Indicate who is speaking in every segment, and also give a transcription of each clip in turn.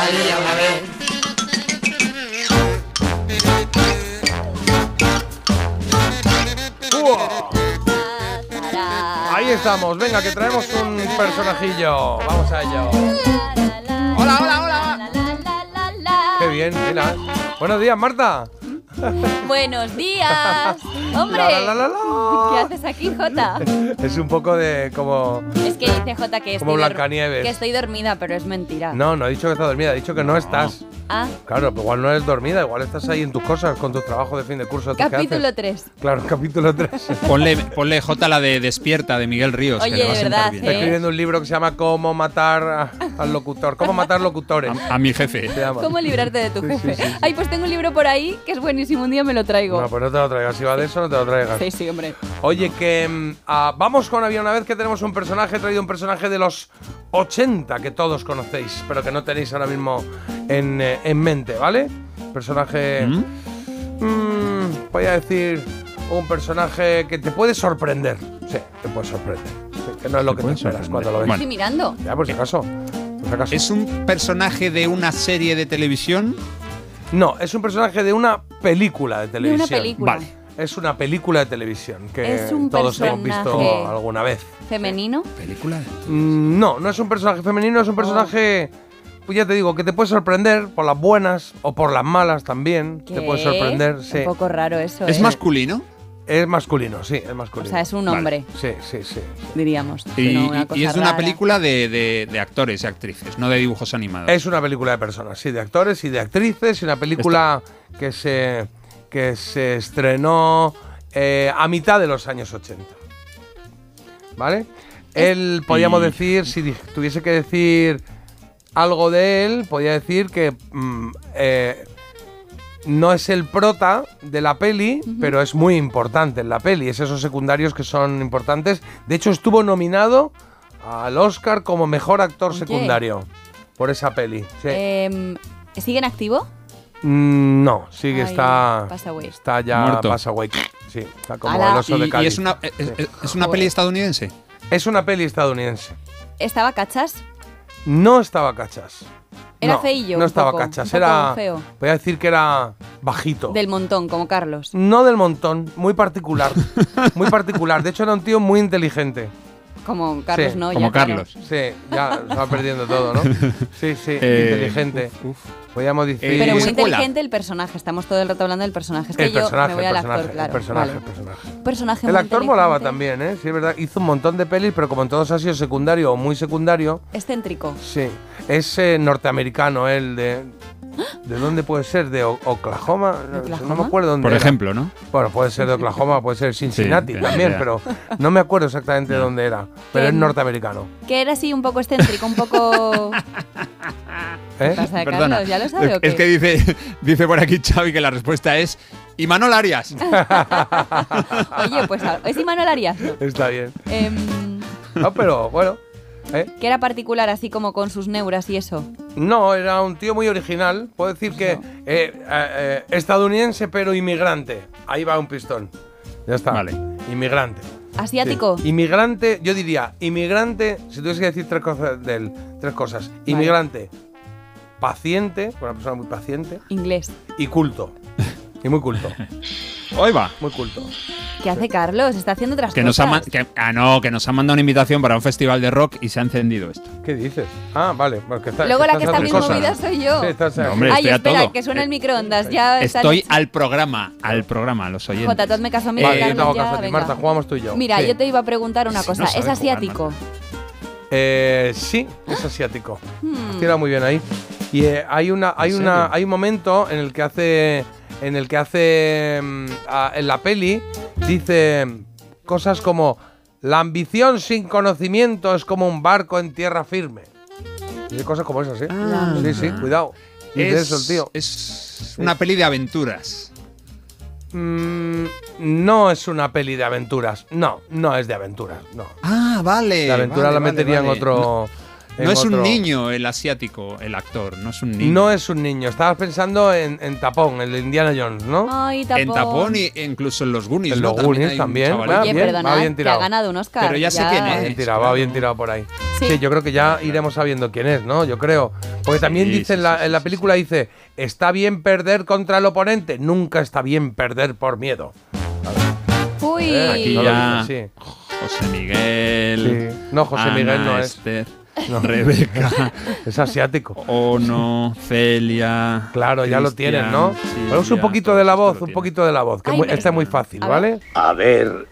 Speaker 1: Había una vez
Speaker 2: ¡Uah! Ahí estamos, venga, que traemos un personajillo. Vamos a ello. Hola, hola, hola. Qué bien, mira. Buenos días, Marta.
Speaker 3: Buenos días. Hombre,
Speaker 2: La, la, la, la, la.
Speaker 3: ¿qué haces aquí, Jota?
Speaker 2: Es un poco de como.
Speaker 3: Es que dice Jota que
Speaker 2: Como
Speaker 3: estoy, dor-
Speaker 2: Blancanieves.
Speaker 3: que estoy dormida, pero es mentira.
Speaker 2: No, no he dicho que estás dormida, he dicho que no estás.
Speaker 3: Ah,
Speaker 2: Claro, pero igual no eres dormida, igual estás ahí en tus cosas, con tu trabajo de fin de curso. ¿tú qué
Speaker 3: capítulo
Speaker 2: haces?
Speaker 3: 3.
Speaker 2: Claro, capítulo 3.
Speaker 4: Ponle, ponle J la de Despierta de Miguel Ríos.
Speaker 3: Oye,
Speaker 4: que le va a
Speaker 3: de
Speaker 4: sentar
Speaker 3: verdad, ¿eh?
Speaker 4: bien.
Speaker 2: Está escribiendo un libro que se llama Cómo matar a- al locutor. Cómo matar locutores.
Speaker 4: A, a mi jefe.
Speaker 2: Se llama.
Speaker 3: ¿Cómo librarte de tu
Speaker 2: Ah, Sí, sí,
Speaker 3: jefe?
Speaker 2: sí, sí.
Speaker 3: Ay, pues tengo un libro por ahí que es buenísimo, un día me lo traigo.
Speaker 2: No, pues no te lo traigas. Si va de eso, no te lo traigas.
Speaker 3: Sí, sí, hombre.
Speaker 2: Oye, que mm, ah, vamos con Había una vez que tenemos un personaje, he traído un personaje de los 80 que todos conocéis, pero que no tenéis ahora mismo en, eh, en mente, ¿vale? Personaje... Mm, voy a decir un personaje que te puede sorprender. Sí, te puede sorprender. Sí, que no es lo que
Speaker 4: Te
Speaker 2: te
Speaker 4: puede
Speaker 2: esperas
Speaker 4: sorprender.
Speaker 2: cuando lo ves.
Speaker 4: Bueno. eh,
Speaker 3: Estoy mirando.
Speaker 2: Ya, por si acaso. Por si acaso.
Speaker 4: Es un personaje de una serie de televisión.
Speaker 2: No, es un personaje de una película de
Speaker 3: De
Speaker 2: televisión.
Speaker 3: una película.
Speaker 4: Vale.
Speaker 2: Es una película de televisión que
Speaker 3: Es un
Speaker 2: todos hemos
Speaker 3: personaje.
Speaker 2: visto alguna vez.
Speaker 3: Femenino.
Speaker 4: Película.
Speaker 2: Mm, No, no es un personaje femenino,
Speaker 3: Ah.
Speaker 2: es un personaje, pues ya te digo, que te puede sorprender por las buenas o por las malas también. Te puede
Speaker 3: ¿Qué?
Speaker 2: sorprender, sí.
Speaker 3: Un poco raro eso.
Speaker 4: Es
Speaker 3: ¿eh?
Speaker 4: masculino.
Speaker 2: Es masculino, sí, es
Speaker 3: O
Speaker 2: masculino.
Speaker 3: sea, es un hombre,
Speaker 2: Sí, sí, sí.
Speaker 3: diríamos.
Speaker 4: Y,
Speaker 3: No,
Speaker 4: y- y
Speaker 3: cosa
Speaker 4: es de una
Speaker 3: rara.
Speaker 4: película de, de- de actores y actrices, no de dibujos animados.
Speaker 2: Es una película de personas, sí, de actores y de actrices, y una película que se, que se estrenó eh, a mitad de los años 80. ¿Vale? Él, podríamos
Speaker 4: Y-
Speaker 2: decir, si dij- tuviese que decir algo de él, podría decir que mm, eh, no es el prota de la peli, pero es muy importante en la peli. Es esos secundarios que son importantes. De hecho, estuvo nominado al Oscar como mejor actor
Speaker 3: Oye.
Speaker 2: secundario por esa peli. Sí.
Speaker 3: Em, ¿Sigue en activo?
Speaker 2: Mm, no, sí que
Speaker 3: Ay,
Speaker 2: está.
Speaker 3: pasa away.
Speaker 2: Está ya
Speaker 4: Muerto.
Speaker 2: pasa away. Sí, está como
Speaker 3: Ala.
Speaker 2: el oso de
Speaker 4: y, y
Speaker 2: Cádiz.
Speaker 4: es una, es- es- es una
Speaker 3: Joder.
Speaker 4: peli estadounidense.
Speaker 2: Es una peli estadounidense.
Speaker 3: ¿Estaba cachas?
Speaker 2: No estaba cachas.
Speaker 3: Era
Speaker 2: no,
Speaker 3: feillo
Speaker 2: No
Speaker 3: un
Speaker 2: estaba
Speaker 3: poco,
Speaker 2: cachas,
Speaker 3: un poco
Speaker 2: era.
Speaker 3: feo.
Speaker 2: Voy a decir que era bajito.
Speaker 3: Del montón, como Carlos.
Speaker 2: No del montón, muy particular. muy particular. De hecho, era un tío muy inteligente.
Speaker 3: Como Carlos
Speaker 2: Sí,
Speaker 3: no.
Speaker 4: como
Speaker 3: ya, claro.
Speaker 4: Carlos.
Speaker 2: Sí, ya se va perdiendo todo, ¿no? Sí, sí,
Speaker 4: Eh,
Speaker 2: inteligente. Podríamos decir.
Speaker 4: Eh,
Speaker 3: Pero muy
Speaker 4: secuela.
Speaker 3: inteligente el personaje. Estamos todo el rato hablando del personaje. Es que
Speaker 2: el
Speaker 3: yo
Speaker 2: personaje,
Speaker 3: me voy
Speaker 2: el
Speaker 3: al
Speaker 2: personaje,
Speaker 3: actor, claro.
Speaker 2: el personaje,
Speaker 3: vale.
Speaker 2: el personaje.
Speaker 3: Un personaje
Speaker 2: El
Speaker 3: muy
Speaker 2: actor molaba
Speaker 3: inteligente,
Speaker 2: también, ¿eh? Sí, es verdad. Hizo un montón de pelis, pero como en todos ha sido secundario o muy secundario,
Speaker 3: Excéntrico.
Speaker 2: sí. Es eh, norteamericano, él de. ¿De dónde puede ser? ¿De O- Oklahoma? No,
Speaker 3: Oklahoma?
Speaker 2: No me acuerdo dónde.
Speaker 4: Por
Speaker 2: era.
Speaker 4: ejemplo, ¿no?
Speaker 2: Bueno, puede ser de Oklahoma, puede ser Cincinnati
Speaker 4: Sí,
Speaker 2: también,
Speaker 4: ya.
Speaker 2: pero no me acuerdo exactamente de dónde era. Pero es
Speaker 3: Ken.
Speaker 2: norteamericano.
Speaker 3: Que era así un poco excéntrico, un poco.
Speaker 2: ¿eh?
Speaker 3: pasa,
Speaker 4: Perdona.
Speaker 3: Carlos? ¿Ya lo sabe
Speaker 4: es,
Speaker 3: o qué?
Speaker 4: es que dice, dice por aquí Xavi que la respuesta es Imanol Arias.
Speaker 3: Oye, pues a- es Imanol Arias. ¿no?
Speaker 2: Está bien.
Speaker 3: Em,
Speaker 2: No, pero bueno. ¿eh?
Speaker 3: que era particular, así como con sus neuras y eso.
Speaker 2: No, era un tío muy original. Puedo decir que eh, eh, eh, estadounidense, pero inmigrante. Ahí va un pistón. Ya está.
Speaker 4: Vale.
Speaker 2: Inmigrante.
Speaker 3: Asiático.
Speaker 2: Sí. Inmigrante, yo diría, inmigrante, si tuviese que decir tres cosas de él, tres cosas. Inmigrante, paciente, una persona muy paciente,
Speaker 3: Inglés.
Speaker 2: y culto. Y muy culto,
Speaker 4: Hoy va.
Speaker 2: muy culto.
Speaker 3: ¿Qué hace Carlos? Está haciendo otras
Speaker 4: Que nos,
Speaker 3: cosas.
Speaker 4: ha, man- que- ah, no, que nos ha mandado una invitación para un festival de rock y se ha encendido esto.
Speaker 2: ¿Qué dices? Ah, vale. bueno, que está-
Speaker 3: Luego la que
Speaker 2: estás
Speaker 3: está bien
Speaker 2: haciendo cosas.
Speaker 3: movida soy yo.
Speaker 2: Sí, estás-
Speaker 4: No, hombre.
Speaker 3: Ay,
Speaker 4: estoy a
Speaker 3: espera,
Speaker 4: todo. Eh,
Speaker 3: que suena el microondas. Ya está
Speaker 4: Estoy al programa, al programa, a los oyentes.
Speaker 3: Jota, tú hazme caso a mí.
Speaker 4: Eh,
Speaker 2: Vale,
Speaker 3: Carlos,
Speaker 2: yo te hago
Speaker 3: ya,
Speaker 2: caso a ti,
Speaker 3: venga.
Speaker 2: Marta, jugamos tú y yo.
Speaker 3: Mira,
Speaker 2: Sí.
Speaker 3: yo te iba a preguntar una
Speaker 4: Si no
Speaker 3: cosa.
Speaker 4: sabe
Speaker 3: ¿Es
Speaker 4: jugar,
Speaker 3: asiático?
Speaker 4: Marta.
Speaker 2: Eh, sí, es
Speaker 4: Ah.
Speaker 2: asiático. Tira muy bien ahí. Y eh, hay una, hay
Speaker 4: Hmm. ¿En
Speaker 2: una,
Speaker 4: serio?
Speaker 2: hay un momento en el que hace, en el que hace mm, a- en la peli dice mm, cosas como la ambición sin conocimiento es como un barco en tierra firme. Dice cosas como esas, ¿eh?
Speaker 4: Ah.
Speaker 2: Sí, sí, cuidado. Dice
Speaker 4: Es,
Speaker 2: eso el tío.
Speaker 4: es una peli de aventuras.
Speaker 2: Mm, no es una peli de aventuras. No, no es de aventuras. No.
Speaker 4: Ah, vale.
Speaker 2: La aventura
Speaker 4: vale,
Speaker 2: la
Speaker 4: vale,
Speaker 2: metería en
Speaker 4: vale.
Speaker 2: otro. en
Speaker 4: No es un
Speaker 2: otro-
Speaker 4: niño el asiático, el actor, no es un niño.
Speaker 2: No es un niño. Estabas pensando en, en Tapón, el de Indiana Jones, ¿no?
Speaker 3: Ay, tapón.
Speaker 4: en tapón y- e incluso en los Goonies.
Speaker 2: En
Speaker 4: ¿no?
Speaker 2: los
Speaker 4: hay
Speaker 2: Goonies
Speaker 4: un
Speaker 2: también,
Speaker 4: chaval.
Speaker 2: claro.
Speaker 3: Oye,
Speaker 2: bien, va
Speaker 3: perdona,
Speaker 2: bien
Speaker 3: que ha
Speaker 2: tirado.
Speaker 3: ganado un Oscar.
Speaker 4: Pero ya sé quién
Speaker 2: Va
Speaker 4: es.
Speaker 2: bien tirado, va bien tirado por ahí. Sí.
Speaker 3: Ah, Sí.
Speaker 2: yo creo que ya iremos sabiendo quién es, ¿no? Yo creo. Porque también
Speaker 4: Sí,
Speaker 2: dice en
Speaker 4: sí,
Speaker 2: la,
Speaker 4: sí,
Speaker 2: en la
Speaker 4: sí,
Speaker 2: película dice, está bien perder contra el oponente, nunca está bien perder por miedo.
Speaker 3: Uy.
Speaker 2: Eh,
Speaker 4: Aquí
Speaker 2: No lo
Speaker 4: ya.
Speaker 2: dice,
Speaker 4: José Miguel.
Speaker 2: Sí. No, José
Speaker 4: Ana
Speaker 2: Miguel no es.
Speaker 4: Esther,
Speaker 2: No.
Speaker 4: Rebeca.
Speaker 2: Es asiático.
Speaker 4: Ono, Celia.
Speaker 2: Claro, ya lo
Speaker 4: Cristian,
Speaker 2: tienen, ¿no?
Speaker 4: Silvia,
Speaker 2: Vamos un poquito
Speaker 4: todos
Speaker 2: de la
Speaker 4: estos
Speaker 2: voz,
Speaker 4: lo
Speaker 2: un
Speaker 4: tienen.
Speaker 2: poquito de la voz, que
Speaker 3: Ay,
Speaker 2: muy-
Speaker 3: me-
Speaker 2: esta es muy fácil,
Speaker 3: A
Speaker 2: ¿vale?
Speaker 1: haber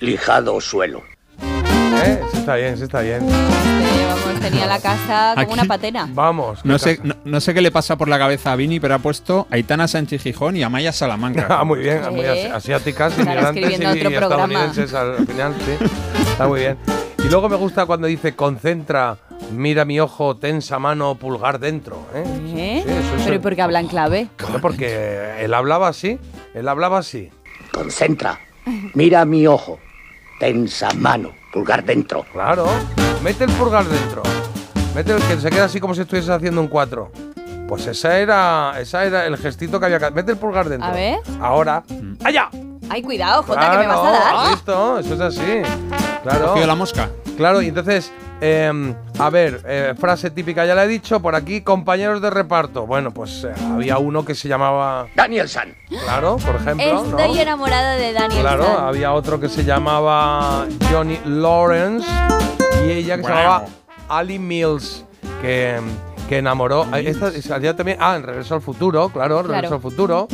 Speaker 1: lijado suelo.
Speaker 2: ¿Eh? Sí está bien, sí está bien.
Speaker 3: Este, vamos, tenía la casa como
Speaker 4: Aquí-
Speaker 3: una patena.
Speaker 2: Vamos.
Speaker 4: No
Speaker 2: qué
Speaker 4: sé,
Speaker 2: casa.
Speaker 4: no, no sé qué le pasa por la cabeza a Vini, pero ha puesto Aitana Sánchez Gijón y Amaya Salamanca.
Speaker 2: Ah, muy bien, muy
Speaker 3: Sí.
Speaker 2: asi- asiáticas,
Speaker 3: Estará
Speaker 2: inmigrantes y,
Speaker 3: escribiendo otro
Speaker 2: y
Speaker 3: programa.
Speaker 2: estadounidenses al final, sí. Está muy bien. Y luego me gusta cuando dice concentra, mira mi ojo, tensa mano, pulgar dentro. ¿eh?
Speaker 3: ¿Eh?
Speaker 2: Sí, eso, eso.
Speaker 3: Pero ¿y por qué hablan clave?
Speaker 2: Claro, porque él hablaba así, él hablaba así.
Speaker 1: Concentra. Mira mi ojo. Tensa mano. Pulgar dentro.
Speaker 2: Claro, mete el pulgar dentro. Mete el que se queda así como si estuvieses haciendo un 4. Pues esa era, esa era el gestito que había que hacer. Mete el pulgar dentro.
Speaker 3: A ver.
Speaker 2: Ahora. ¡Allá!
Speaker 3: Ay, cuidado, Jota, que me vas a dar.
Speaker 2: Claro, Ah, ¿Listo? Eso es así. Claro.
Speaker 4: Cogido la mosca.
Speaker 2: Claro, y entonces, eh, a ver, eh, frase típica, ya la he dicho, por aquí, compañeros de reparto. Bueno, pues eh, había uno que se llamaba,
Speaker 1: Daniel San.
Speaker 2: claro, por ejemplo. ¿no?
Speaker 3: Estoy enamorada de Daniel.
Speaker 2: Claro,
Speaker 3: San.
Speaker 2: había otro que se llamaba Johnny Lawrence y ella que
Speaker 4: Bueno.
Speaker 2: se llamaba Ali Mills, que, que enamoró. ah, Esta salía también. Ah, en Regreso al Futuro, claro, en
Speaker 3: Claro.
Speaker 2: Regreso al Futuro.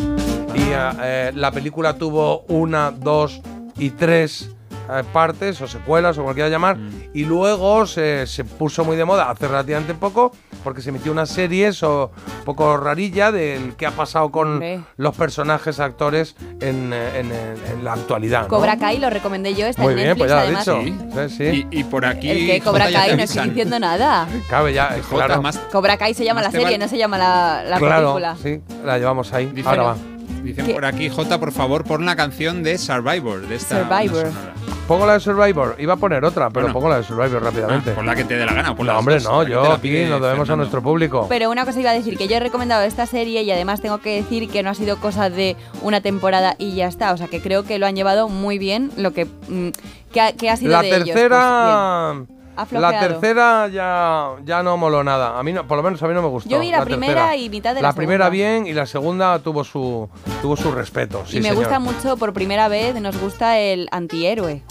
Speaker 2: Y ah, eh, la película tuvo una, dos y tres eh, partes o secuelas o como quiera llamar y luego se, se puso muy de moda hace relativamente poco porque se emitió una serie eso, un poco rarilla del que ha pasado con
Speaker 3: Hombre.
Speaker 2: los personajes actores en, eh, en, eh, en la actualidad. ¿no?
Speaker 3: Cobra Kai lo recomendé yo, está
Speaker 2: Muy
Speaker 3: en
Speaker 2: bien, pues
Speaker 3: Netflix
Speaker 2: ya lo he
Speaker 3: además.
Speaker 2: dicho.
Speaker 4: Sí.
Speaker 2: Sí, sí.
Speaker 4: Y, y por aquí.
Speaker 3: El que Cobra
Speaker 4: Jota ya
Speaker 3: Kai
Speaker 4: te
Speaker 3: no estoy
Speaker 4: avisan.
Speaker 3: diciendo nada.
Speaker 2: Cabe ya, eh,
Speaker 4: Jota,
Speaker 2: claro.
Speaker 4: más-
Speaker 3: Cobra Kai se llama
Speaker 4: Más
Speaker 3: la
Speaker 4: te
Speaker 3: serie,
Speaker 4: vale.
Speaker 3: no se llama la, la
Speaker 2: claro,
Speaker 3: película.
Speaker 2: sí, la llevamos ahí.
Speaker 4: Dicen,
Speaker 2: Ahora va.
Speaker 4: dicen
Speaker 3: ¿Qué?
Speaker 4: por aquí, J, por favor, pon la canción de Survivor. De esta banda
Speaker 3: Survivor.
Speaker 4: sonora.
Speaker 2: Pongo la de Survivor. Iba a poner otra, pero
Speaker 4: Bueno.
Speaker 2: pongo la de Survivor
Speaker 4: Ah,
Speaker 2: rápidamente.
Speaker 4: pon la que te dé la gana. Pon
Speaker 2: no,
Speaker 4: las
Speaker 2: hombre,
Speaker 4: dos,
Speaker 2: no.
Speaker 4: la que te
Speaker 2: Yo
Speaker 4: la
Speaker 2: aquí
Speaker 4: pide
Speaker 2: nos debemos a
Speaker 4: Fernando.
Speaker 2: nuestro público.
Speaker 3: Pero una cosa iba a decir, que yo he recomendado esta serie y además tengo que decir que no ha sido cosa de una temporada y ya está. O sea, que creo que lo han llevado muy bien lo que, mm, que, ha, que ha sido
Speaker 2: La
Speaker 3: de ellos,
Speaker 2: tercera.
Speaker 3: pues, bien. Ha
Speaker 2: la
Speaker 3: flojeado.
Speaker 2: tercera ya, ya no moló nada. A mí no, por lo menos a mí no me gustó.
Speaker 3: Yo vi la primera
Speaker 2: tercera.
Speaker 3: y mitad de
Speaker 2: la
Speaker 3: la
Speaker 2: primera
Speaker 3: segunda.
Speaker 2: bien y la segunda tuvo su tuvo su respeto. sí,
Speaker 3: y me
Speaker 2: señor.
Speaker 3: gusta mucho, por primera vez, nos gusta el antihéroe.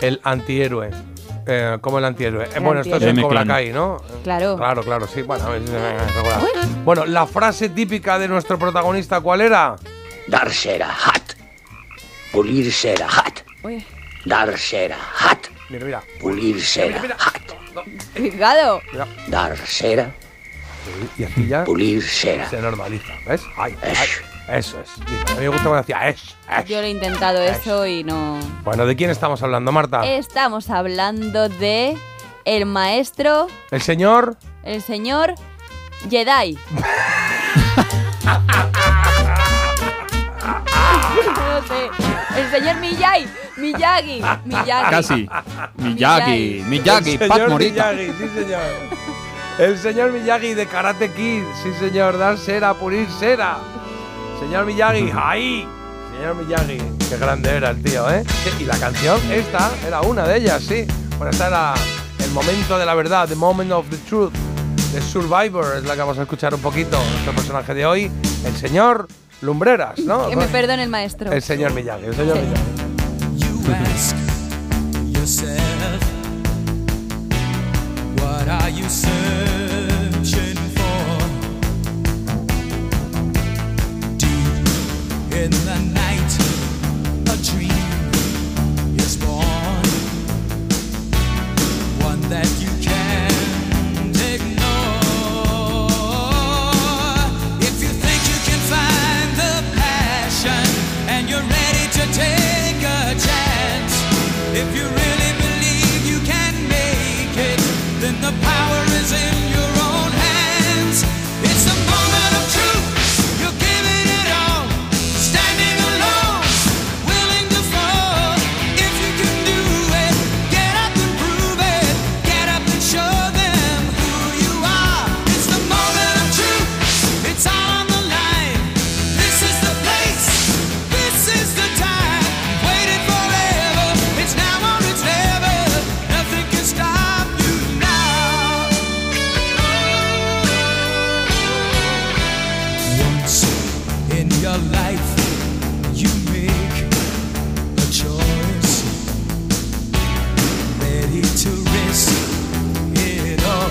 Speaker 2: El antihéroe. Eh, como el antihéroe. Eh,
Speaker 3: El
Speaker 2: bueno, esto es
Speaker 4: antihéroe.
Speaker 2: en Cobra
Speaker 4: M-Clan.
Speaker 2: Kai, ¿no?
Speaker 3: Claro.
Speaker 2: Claro, claro, sí. Bueno, es- bueno, la frase típica de nuestro protagonista, ¿cuál era?
Speaker 1: Dar será hat. Pulir será hat.
Speaker 3: Uy,
Speaker 1: Dar será hat.
Speaker 2: Mira, mira.
Speaker 1: Pulir será hat.
Speaker 3: cuidado.
Speaker 2: mira.
Speaker 1: Dar será.
Speaker 2: Y aquí ya
Speaker 1: Pulir será.
Speaker 2: se normaliza. ¿Ves? Ay, ay,
Speaker 1: Esh.
Speaker 2: eso es. A mí me gusta cuando decía es, es.
Speaker 3: Yo lo he intentado eso y no.
Speaker 2: Bueno, ¿de quién estamos hablando, Marta?
Speaker 3: Eh. Estamos hablando de el maestro,
Speaker 2: El señor.
Speaker 3: el señor Jedi. No sé, El señor Miyagi, Miyagi, Miyagi.
Speaker 4: Casi.
Speaker 3: Miyagi.
Speaker 4: Miyagi, Miyagi,
Speaker 2: el
Speaker 4: Pat
Speaker 2: señor
Speaker 4: Morita.
Speaker 2: Miyagi, sí, señor. El señor Miyagi de Karate Kid. Sí, señor. Dar cera, pulir cera. Señor Miyagi, ahí. Señor Miyagi. Qué grande era el tío, ¿eh? Sí, Y la canción, esta, era una de ellas, sí. Bueno, esta era el momento de la verdad, The Moment of the Truth. De Survivor es la que vamos a escuchar un poquito. Nuestro personaje de hoy, el señor Lumbreras, ¿no?
Speaker 3: Que me perdone el maestro.
Speaker 2: El señor Miyagi, el señor
Speaker 3: Sí.
Speaker 2: Miyagi.
Speaker 5: You ask yourself, what are you searching for? Deep in the night, a dream is born, one that you can't ignore. If you think you can find the passion and you're ready to take a chance, if you really believe you can make it, then the power is in your own hands. It's the moment of truth. You're giving it all, standing alone, willing to fall. If you can do it, get up and prove it. Get up and show them who your life